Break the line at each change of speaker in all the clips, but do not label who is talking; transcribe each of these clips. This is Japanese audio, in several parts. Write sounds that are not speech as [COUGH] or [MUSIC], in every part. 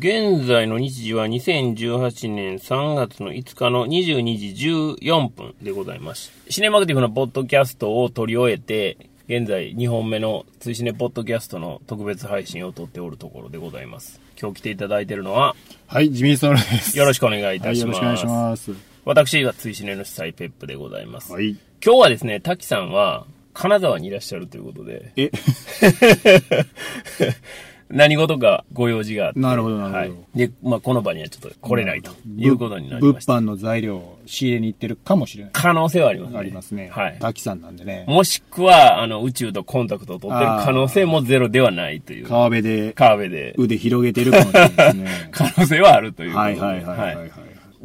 現在の日時は2018年3月の5日の22時14分でございます。シネマクティブのポッドキャストを取り終えて、現在2本目の追試ねポッドキャストの特別配信を撮っておるところでございます。今日来ていただいているのは、
はい、ジミーソールです。
よろしくお願いい
は
た
い、
し
よろ
ま
し
す。
くお願いします。
私が追試ねの主催ペップでございます。
はい。
今日はですね、滝さんは、金沢にいらっしゃるということで、
え、
何事かご用事があって、
なるほど、なるほど。
はい。で、まあ、この場にはちょっと来れないということになりました。
物物販の材料を仕入れに行ってるかもしれない。
可能性はありますね。
ありますね。
はい。
滝さんなんでね。
もしくは、あの、宇宙とコンタクトを取ってる可能性もゼロではないという、
川辺で
川辺で、。
腕広げてるかもしれないですね
可能性 [LAUGHS] はあるということ
は
で
いはいはいはいはい。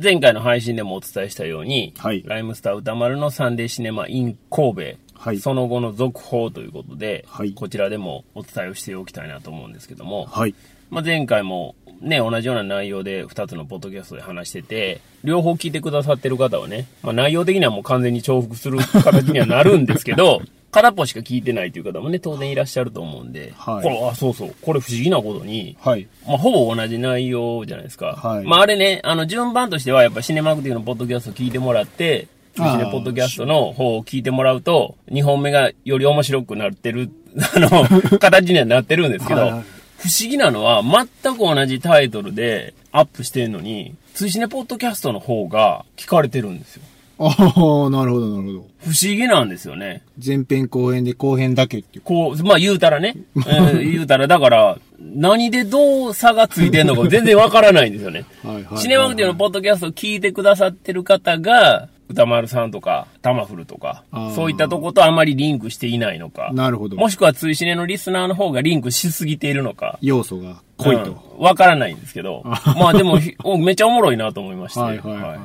前回の配信でもお伝えしたように、
はい
ライムスター歌丸のサンデーシネマ in 神戸、
はい
その後の続報ということで、
はい
こちらでもお伝えをしておきたいなと思うんですけども、
はい。
まあ、前回もね、同じような内容で2つのポッドキャストで話してて、両方聞いてくださってる方はね、まあ、内容的にはもう完全に重複する形にはなるんですけど、 [LAUGHS] 片っぽしか聞いてないという方もね、当然いらっしゃると思うんで、
はい
これ、あ、そうそう、これ不思議なことに、
はい。
まあ、ほぼ同じ内容じゃないですか。
はい
まあ、あれね、あの、順番としては、やっぱシネマクティブのポッドキャストを聞いてもらって、シ
あー
ネポッドキャストの方を聞いてもらうと、2本目がより面白くなってる、 [LAUGHS] あ
[LAUGHS]
の、形にはなってるんですけど、
はいはい
不思議なのは、全く同じタイトルでアップしてるのに、通信ネポッドキャストの方が聞かれてるんですよ。
ああ、なるほど、なるほど。
不思議なんですよね。
前編後編で後編だけっていう。
こう、まあ言うたら
[LAUGHS]
ね、えー言うたら、だから、何でどう差がついてんのか全然わからないんですよね。
[LAUGHS] はいはい。
シネマクティブのポッドキャストを聞いてくださってる方が、歌丸さんとか、タマフルとか
あ、ー
そういったとことあまりリンクしていないのか、
なるほど。
もしくは追試ねのリスナーの方がリンクしすぎているのか、
要素が濃いと。
うんわからないんですけど、まあでも、ひおめちゃおもろいなと思いまして、
はいはいはい
は
はいい。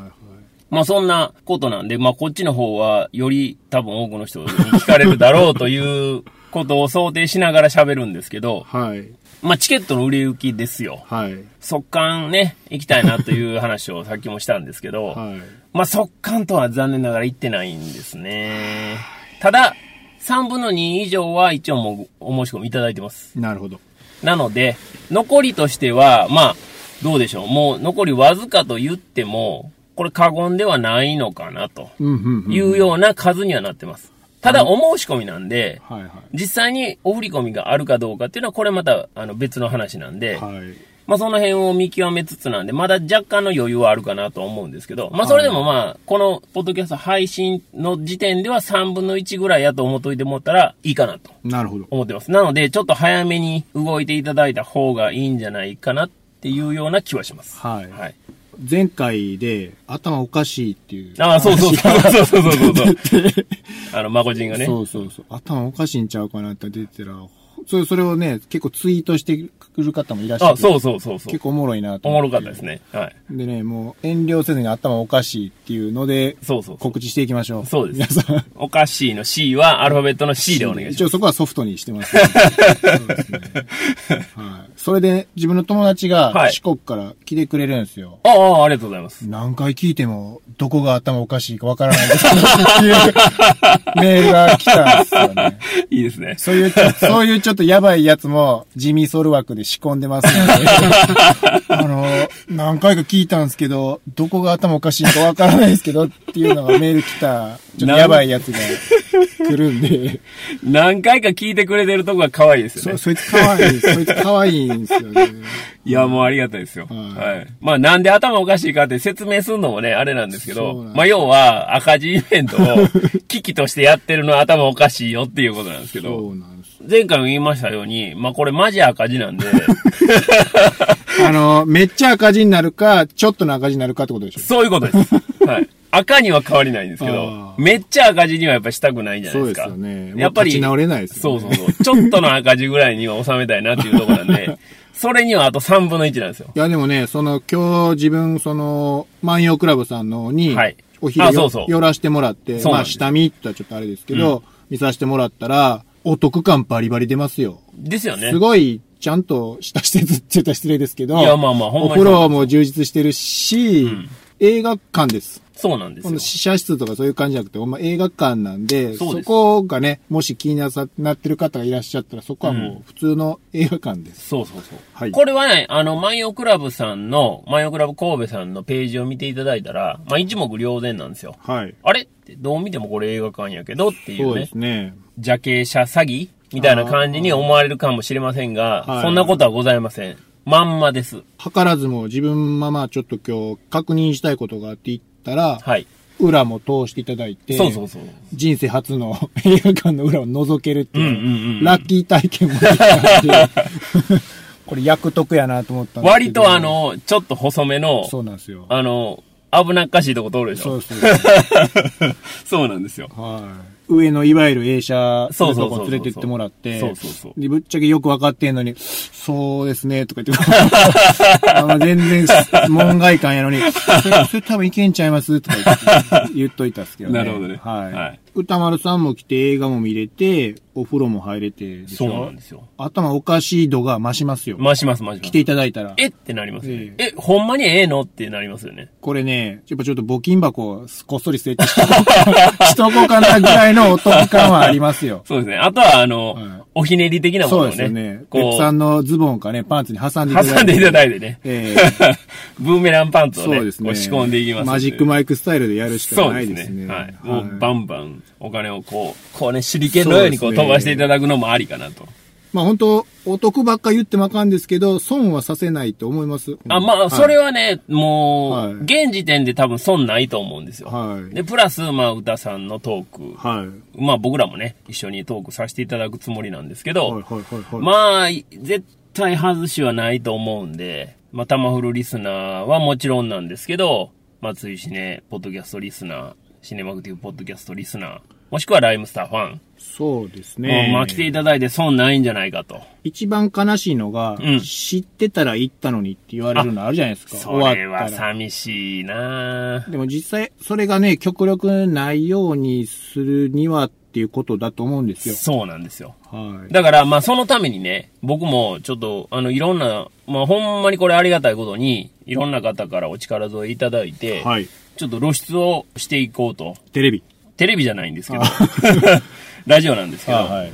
まあそんなことなんで、まあこっちの方はより多分多くの人に聞かれるだろうということを想定しながら喋るんですけど、
はい。
まあチケットの売れ行きですよ。
はい。
速乾ね、行きたいなという話をさっきもしたんですけど、
はい。
まあ速乾とは残念ながら行ってないんですね。ただ、3分の2以上は一応もうお申し込みいただいてます。
なるほど。
なので、残りとしては、まあ、どうでしょう。もう残りわずかと言っても、これ過言ではないのかなと
うん、うん、うん。
いうような数にはなってます。ただ、お申し込みなんで、
はいは
実際にお振り込みがあるかどうかっていうのは、これまたあの別の話なんで、
い。はい。
まあその辺を見極めつつなんで、まだ若干の余裕はあるかなと思うんですけど、まあそれでもまあ、このポッドキャスト配信の時点では3分の1ぐらいやと思っといてもらったらいいかなと
なるほど。
思ってます。なので、ちょっと早めに動いていただいた方がいいんじゃないかなっていうような気はします。
はい
はい。
前回で頭おかしいっていう。
ああ、そうそうそうそうそうそうそう
[LAUGHS]
あの、まこじんがね。
そうそうそう。頭おかしいんちゃうかなって出てたら、それ、それをね、結構ツイートしてくる方もいらっし
あ、
ゃる。う。
そうそうそうそう
結。構おもろいなと
お
思
も
っ
ろ
て
かったです。ね。はい。
でね、もう遠慮せずに頭おかしいっていうので、
そうそうそう。
告知していきましょう。
そうです
皆さん。
おかしいの C はアルファベットの C でお願いし
一
ま
応そこはソフトにし
[LAUGHS]
てます、そうですね。はい。それで、自分の友達
は
が
い
四国から来てくれるんですよ。
す。ああ、ありがとうござい
[LAUGHS]
ます。
何回聞いても、どこが頭おかしいかわからないです [LAUGHS] っていうメールが来たんですよね。
いいですね。
そういうちょ、そういうちょっとやばいやつも、地味ソル枠で仕込んでますので、あの、何回か聞いたんですけど、どこが頭おかしいかわからないですけどっていうのがメール来た、ちょっとやばいやつが来るんで、
何回か聞いてくれてるとこが可愛いですよ
そ、
ね。
そいつかわいい、そいつかわいいんですよね。
いや、もうありがたいですよ。
はい
はい。まあ、なんで頭おかしいかって説明するのもね、あれなんですけ
そう
ど、
なんです
まあ、要は赤字イベントを危機としてやってるのは頭おかしいよっていうことなんですけど、
そうなんです。
前回も言いましたように、まあ、これマジ赤字
[LAUGHS]
なんで、
あの、めっちゃ赤字になるか、ちょっとの赤字になるかってことでしょ
そういうことです。
[LAUGHS]
はい。赤には変わりないんですけど
あ、ー
めっちゃ赤字にはやっぱしたくないじゃない
そ
で
う
す
で
か。
すよね。
やっぱり、
もう立ち直れないですよ
そう
ね。
そうそう。ちょっとの赤字ぐらいには収めたいなっていうところなん
[LAUGHS]
で、それにはあと3分の1なんですよ。
いや、でもね、その、今日自分、その、万葉クラブさんの方に
はい、
お昼よ、
あそうそう
寄らしてもらって、
そうな
ま
ん
あ、
です
下見って言ったらちょっとあれですけど、見させてもらったら、お得感バリバリ出ますよ。
ですよね。
すごい、ちゃんとした施設って言ったら失礼ですけど、
いやまあまあほんまに
お風呂も充実してるし、映画館です。
そうなんです
この
よ。
試写室とかそういう感じじゃなくて、ほんま映画館なんで、
そう
そ
です
こがね、もし気になさなってる方がいらっしゃったら、そこは
うん
もう普通の映画館です。
そうそうそう。
はい
これはね、あの、マイオクラブさんの、マイオクラブ神戸さんのページを見ていただいたら、まあ、一目瞭然なんですよ。
はい。
あれってどう見てもこれ映画館やけどっていう
そうで
ね
す、ね。
邪形者詐欺みたいな感じに思われるかもしれませんが、
はい
そんなことはございません。まんまです。
図らずも自分ままちょっと今日確認したいことがあって言ったら、
はい。
裏も通していただいて、
そうそうそう。
人生初の映画館の裏を覗けるっていう、
うんうんうん
ラッキー体験もできたんで、 [LAUGHS] これ役得やなと思ったんですけ
割
ど
とあ、の、ちょっと細めの、
そうなんですよ。
あの、危なっかしいとこ通るでし
そ
ょ。
う [LAUGHS] そうそう。
そうなんですよ。
はい。上のいわゆる映写
そうそう
のと
そう
こ
そう
連れてってもらって、
そうそうそう
で、ぶっちゃけよくわかってんのに、そう [LAUGHS] ですね、とか言って、あの全然門外観やのに、それそれ多分いけんちゃいます、とか言って言っといたっすけどね。
なるほどね
はい。
はい
歌丸さんも来て映画も見れて、お風呂も入れてでし
そうな
ょ
んですよ。
頭おかしい度が増しますよ。
回します、回します。
来ていただいたら。
えってなりますよね。
え
え、ほんまにええのってなりますよね。
これね、やっぱちょっと募金箱をこっそり設置しとこうかしとこうかなぐ [LAUGHS] らいのお得感はありますよ。
そうですね。あとは、あの、
はい
おひねり的なもの
そう
を
です
ね、
よね。ペッ
こ
プ
う、
さんのズボンかね、パンツに挟んでいただいて。
挟んでいただいてね、
ええ
[LAUGHS] ブーメランパンツを
そ
ね、
うですね。
押し込んでいきますんで
マジックマイクスタイルでやるしか
そう
ない
で
ですす
ね。
ね。
はい。
は
も
いう
バンバンお金をこう、こうね、手裏剣のようにこう
そうです
飛
ね
ばしていただくのもありかなと。
まあ本当お得ばっか言ってもあかんですけど、損はさせないと思います。
あ、まあ、それはね、もう、
はい
現時点で多分損ないと思うんですよ。
はい
で、プラス、まあ、歌さんのトーク、
はい。はい。
まあ僕らもね、一緒にトークさせていただくつもりなんですけど、
はい、はい、はい。はい
まあ、絶対外しはないと思うんで、まあ、玉フルリスナーはもちろんなんですけど、松井シネ、ポッドキャストリスナー、シネマクティブポッドキャストリスナー、もしくはライムスターファン、
そうです
も
ね。
うまあ、来ていただいて損ないんじゃないかと。
一番悲しいのが、
うん
知ってたら行ったのにって言われるのあるじゃないですか。
それは
終わったら。
寂しいなぁ
でも実際、それがね、極力ないようにするにはっていうことだと思うんですよ。
そうなんですよ。
はい。
だから、まあ、そのためにね、僕も、ちょっと、あの、いろんな、まあ、ほんまにこれありがたいことに、いろんな方からお力添えいただいて、
はい。
ちょっと露出をしていこうと。
テレビ。
テレビじゃないんですけど、 [LAUGHS] ラジオなんですけど、あ,、
い。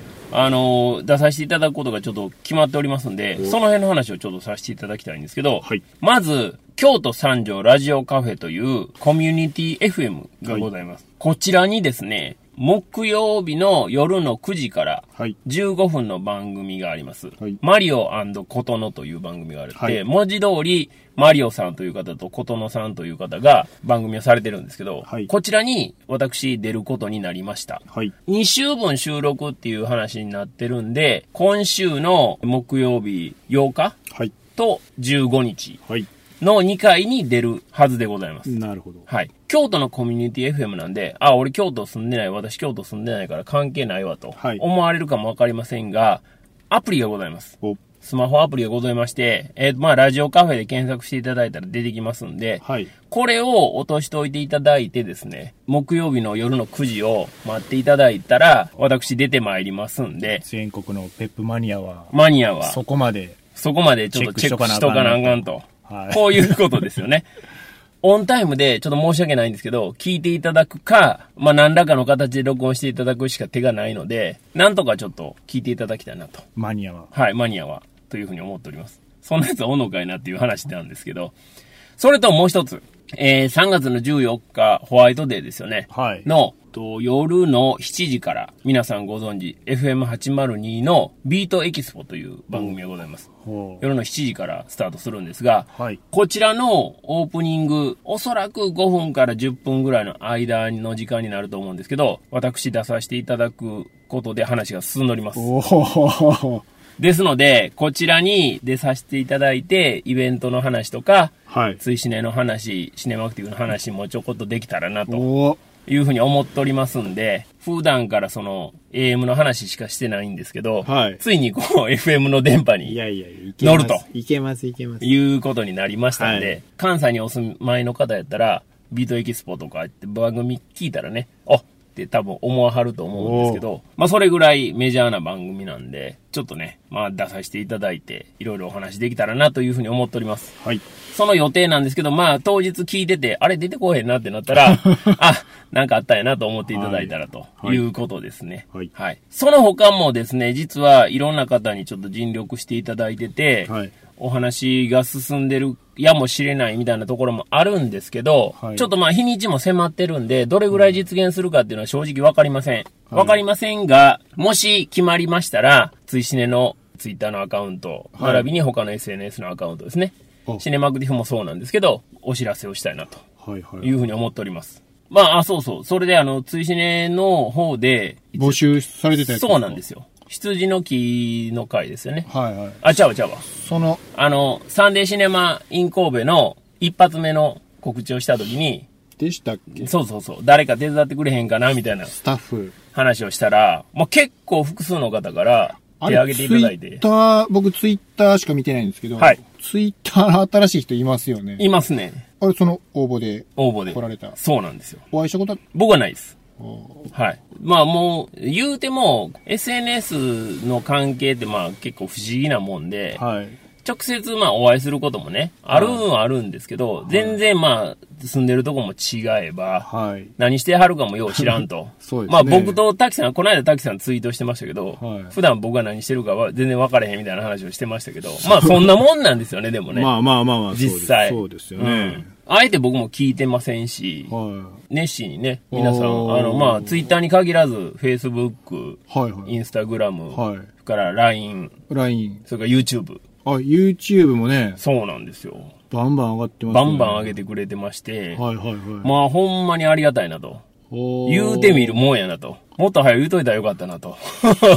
の、出させていただくことがちょっと決まっておりますんで、その辺の話をちょっとさせていただきたいんですけど、
はい
まず、京都三条ラジオカフェというコミュニティ FM がございます。こちらにですね、木曜日の夜の9時から、
はい。
15分の番組があります。
はい
マリオ琴乃という番組があるって、
はい
文字通り、マリオさんという方と琴乃さんという方が番組をされてるんですけど、
はい
こちらに私出ることになりました。
はい。
2週分収録っていう話になってるんで、今週の木曜日8日
はい。
と15日
はい。
の2回に出るはずでございます。
なるほど。
はい。京都のコミュニティ FM なんで、あ、俺京都住んでない、私京都住んでないから関係ないわと
はい
思われるかもわかりませんが、アプリがございます。
お、
スマホアプリがございまして、えーまあ、ラジオカフェで検索していただいたら出てきますんで、
はい。
これを落としておいていただいてですね、木曜日の夜の9時を待っていただいたら、私出てまいりますんで、
全国のペップマニアは、
マニアは
そこまで、
そこまでちょっとチ
チ
ェッ
ェッ
ク
ク
し
し
と
と
かな
かな
あ
あ
か
か
ん
ん
と。
はい
こういうことですよね。オンタイムでちょっと申し訳ないんですけど、聞いていただくか、まあ、何らかの形で録音していただくしか手がないので、なんとかちょっと聞いていただきたいなと。
マニアは。
はい、マニアは、というふうに思っております。そんなやつはおんのかいなっていう話なんですけど、それともう一つ、えー、3月の14日、ホワイトデーですよね。
はい
の、と夜の7時から、皆さんご存知、FM802 のビートエキスポという番組がございます。
ほう。
夜の7時からスタートするんですが、
はい
こちらのオープニング、おそらく5分から10分ぐらいの間の時間になると思うんですけど、私出させていただくことで話が進んでおります。
おお
ですので、こちらに出させていただいて、イベントの話とか、
はい。
追シネの話、シネマアクティブの話もちょこっとできたらなと
おお
いうふうに思っておりますんで、普段からその AM の話しかしてないんですけど、
はい
ついにこう FM の電波
い
に
やいや、いけま
乗
す。
ると
いけます、いけます。
いうことになりましたんで、
はい
関西にお住まいの方やったら、ビートエキスポとかって番組聞いたらね、あ、って多分思わはると思うんですけど、まあそれぐらいメジャーな番組なんで、ちょっとね、まあ出させていただいて、いろいろお話できたらなというふうに思っております。
はい。
その予定なんですけど、まあ当日聞いてて、あれ出てこへんなってなっ
[LAUGHS]
たら、あ、なんかあったんやなと思っていただいたらと
はい
いうことですね。
はい
その他もですね、実はいろんな方にちょっと尽力していただいてて、
はい
お話が進んでるやもしれないみたいなところもあるんですけど、
はい
ちょっとまあ日にちも迫ってるんで、どれぐらい実現するかっていうのは正直わかりません。わかりませんが、もし決まりましたら、ついしねのツイッターのアカウント、
はい
並びに他の SNS のアカウントですね。
お
シネマクティフもそうなんですけど、お知らせをしたいなと
はいはい。
いうふうに思っております。まあ、あそうそう。それで、あの、追試ねの方で、
募集されてたやつ。
そうなんですすよ。羊の木の回ですよね。
はいはい。
あ、ちゃうわちゃうわ。
その、
あの、サンデーシネマイン神戸の一発目の告知をしたときに、
でしたっけ
そうそうそう、誰か手伝ってくれへんかなみたいな
スタッフ。
話をしたら、もう結構複数の方から手挙げていただい
ツイ
て
ッ、ター、僕ツイッターしか見てないんですけど、
はい
ツイッターの新しい人いますよね。
いますね。
あれ、その応募で
応募で。
来られた
そうなんですよ。
お会いしたことあ
僕はないです。
お
はい。まあもう、言うても、SNS の関係ってまあ結構不思議なもんで、
はい。
直接まあお会いすることもね、あるんはあるんですけど、全然まあ住んでるとこも違えば、
はい。
何してはるかもよう知らんと。
[LAUGHS] そうです
ま
ね。
あ僕と滝さん、この間滝さんツイートしてましたけど、
はい
普段僕が何してるかは全然分からへんみたいな話をしてましたけど、まあそんなもんなんですよね、でもね。
まあまあまあまあ、そうです
実際。
そうですよ
うん
ね。
あえて僕も聞いてませんし、
は
熱心にね、皆さん、あ
おー
の、まあ、ツイッターに限らず、Facebook、
い。はいは
イ
い。
ンスタグラム、そ
はい。
れから LINE、
LINE。
それから YouTube。
あ、YouTube もね、
そうなんですよ。
バンバン上がってます
バンバン上げ
て。
てくれてまして、
はいはいはい。
まあ、ほんまにありがたいなと。
おー
言うてみるもんやなと。もっと早く言うといたらよかったなと。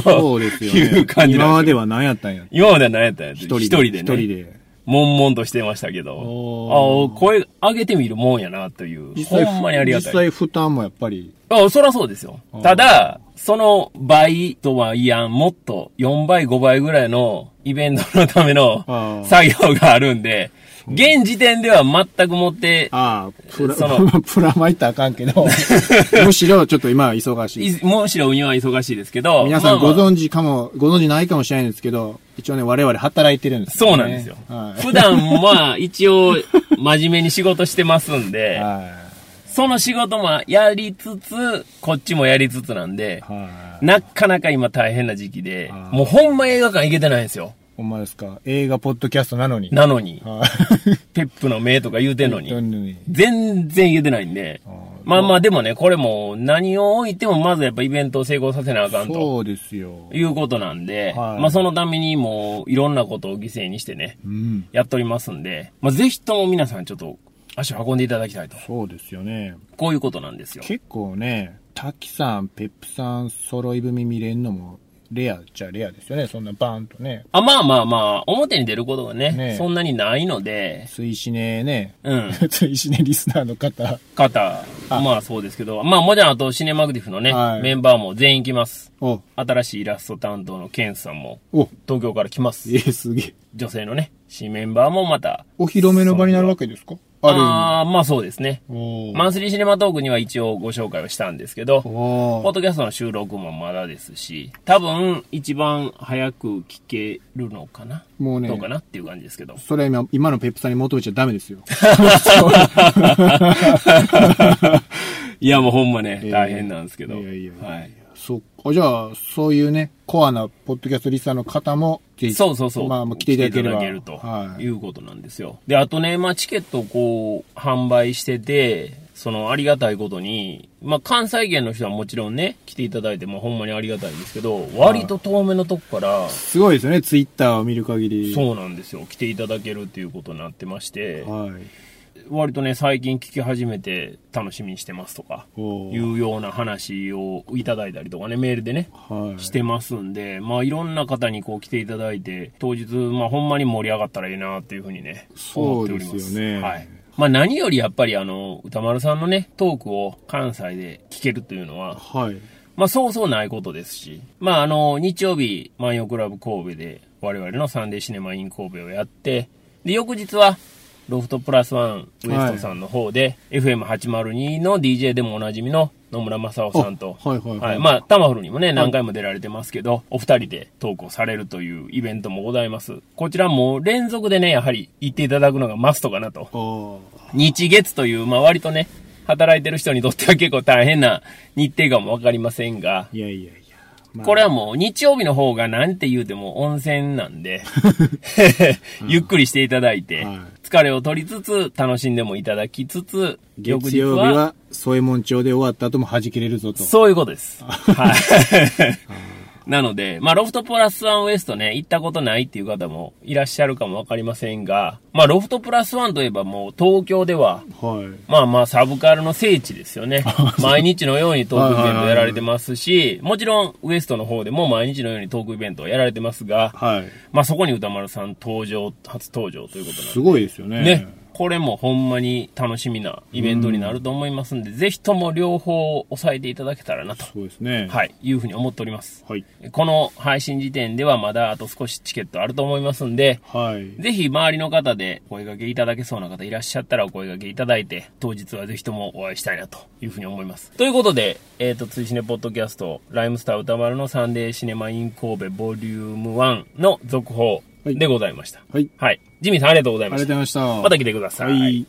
そうですよね。
いう感じなんですよ
今までは何やったんや。
今までは何やったんや一一人でね。
一人で。
悶々としてましたけど。
おー
あ声上げてみるもんやなという。ほんまにありがたい
実。際負担もやっぱり。
あ、そらそうですよ
あ。ー
ただ、その倍とはいやん、もっと4倍、5倍ぐらいのイベントのための
あー
作業があるんで、現時点では全くもって、
ああ、 [LAUGHS] プラ、
その
プラマイったらあかん
[LAUGHS]
けど、
むしろちょっと今は忙しい。
いむしろ運用は忙しいですけど、
皆さん
ま
ご
あまあ
存知かも、ご存知ないかもしれないんですけど、一応ね、我々働いてるんです、ね。
そうなんですよ。
はい。
普段は一応真面目に仕事してますんで、
[LAUGHS] は
その仕事もやりつつ、こっちもやりつつなんで
い。、はい。
なかなか今大変な時期で
あ、ー
もうほんま映画館行けてないんですよ。
ほんまですか。映画、ポッドキャストなのに。
なのに、
はい。
ペップの名とか言うてんのに
な。のに。
全然言えてないんで。まあまあでもね、これも何を置いてもまずやっぱイベントを成功させなあかんと。
そうですよ。
いうことなんで、
はい
まあそのためにもういろんなことを犠牲にしてね、
うん。
やっておりますんで、まあぜひとも皆さんちょっと足を運んでいただきたいと。
そうですよね。
こういうことなんですよ。
結構ね、タキさん、ペップさん、揃い踏み見れんのも、レアっちゃレアですよね。そんなバーンとね。
あまあまあまあ、表に出ることがね、
ねえ
そんなにないの
[LAUGHS]
で、
追試ねね。
うん、
[LAUGHS]
石根リスナーの方、
方、まあそうですけど、まあもちろんあとシネマグティフのね、
はい
メンバーも全員来ます。
お、
新しいイラスト担当のケンさんも
お、
東京から来ます。
え、すげえ。
女性のね、新メンバーもまた。
お披露目の場になるわけですかある意味。
ああーまあそうですね。
おー
マンスリーシネマトークには一応ご紹介をしたんですけど、ポ
お
ッドキャストの収録もまだですし、多分一番早く聞けるのかな
ーもう
どう
ね
か、なっていう感じですけど。
それは今、今のペップさんに求めちゃダメです
[LAUGHS]
よ。
いやもうほんまね、
えー
大変なんですけ
い
ど。
やいやいや
はい。
そっか。じゃあ、そういうね、コアなポッドキャストリスナーの方も、ぜひ。
そうそうそう。
まあ、まあ来ていただければ。
来ていただ
は
と
い
い。うことなんですよ。で、あとね、まあ、チケットをこう、販売してて、その、ありがたいことに、まあ、関西圏の人はもちろんね、来ていただいて、まあ、ほんまにありがたいんですけど、割と遠目のとこから、
すごいですよね、ツイッターを見る限り。
そうなんですよ。来ていただけるっていうことになってまして、
はい。
割とね、最近聞き始めて楽しみにしてますとか、
おー
いうような話をいただいたりとかね、メールでね、
はい。
してますんで、まあいろんな方にこう来ていただいて、当日、まあほんまに盛り上がったらいいなっていうふうにね、
そ
思っ
う
てお
で
り
す
ます。
よね
はい。まあ何よりやっぱりあの、歌丸さんのね、トークを関西で聞けるというのは、
はい。
まあそうそうないことですし、まああの、日曜日、万葉クラブ神戸で我々のサンデーシネマイン神戸をやって、で、翌日は、ロフトプラスワンウエストさんの方で、FM802 の DJ でもおなじみの野村正夫さんと、
あはいはいはい
まあ、タマフルにもね、何回も出られてますけど、お二人でトークをされるというイベントもございます。こちらも連続でね、やはり行っていただくのがマストかなと。
おー
日月という、まあ割とね、働いてる人にとっては結構大変な日程かもわかりませんが、
いやいやいや。まあ
これはもう日曜日の方がなんて言うても温泉な
[LAUGHS]
んで、 [LAUGHS] ゆっくりしていただいて、
はい
疲れを取りつつ、楽しんでもいただきつつ、翌
月
日
曜日
は、
は、添右衛門町で終わった後も弾けれるぞと。
そういうことです。はい。な [LAUGHS] ので、まあ、ロフトプラスワンウエストね、行ったことないっていう方もいらっしゃるかもわかりませんが、まあ、ロフトプラスワンといえばもう東京では、
はい。
まあまあ、サブカルの聖地です [LAUGHS] よね。毎日のようにトークイベントやられてますし、もちろんウエストの方でも毎日のようにトークイベントをやられてますが、
はい。
まあそこに歌丸さん登場、初登場ということなん
すごいですよね。
で、ね、これもほんまに楽しみなイベントになると思いますんで、ぜひとも両方押さえていただけたらなと、
そうですね。
はい、いうふうに思っております。
はい。
この配信時点ではまだあと少しチケットあると思いますんで、
はい。
ぜひ周りの方でお声掛けいただけそうな方いらっしゃったらお声掛けいただいて、当日はぜひともお会いしたいなというふうに思います。ということで、えっ、と、追試ねポッドキャスト、ライムスター歌丸のサンデーシネマイン神戸ボリューム1の続報でございました。
はい。
はい。ジミーさんありがとうござい
あ
ま
りがとうご
し
ざ
た。
いました。
また来てくださ
はい。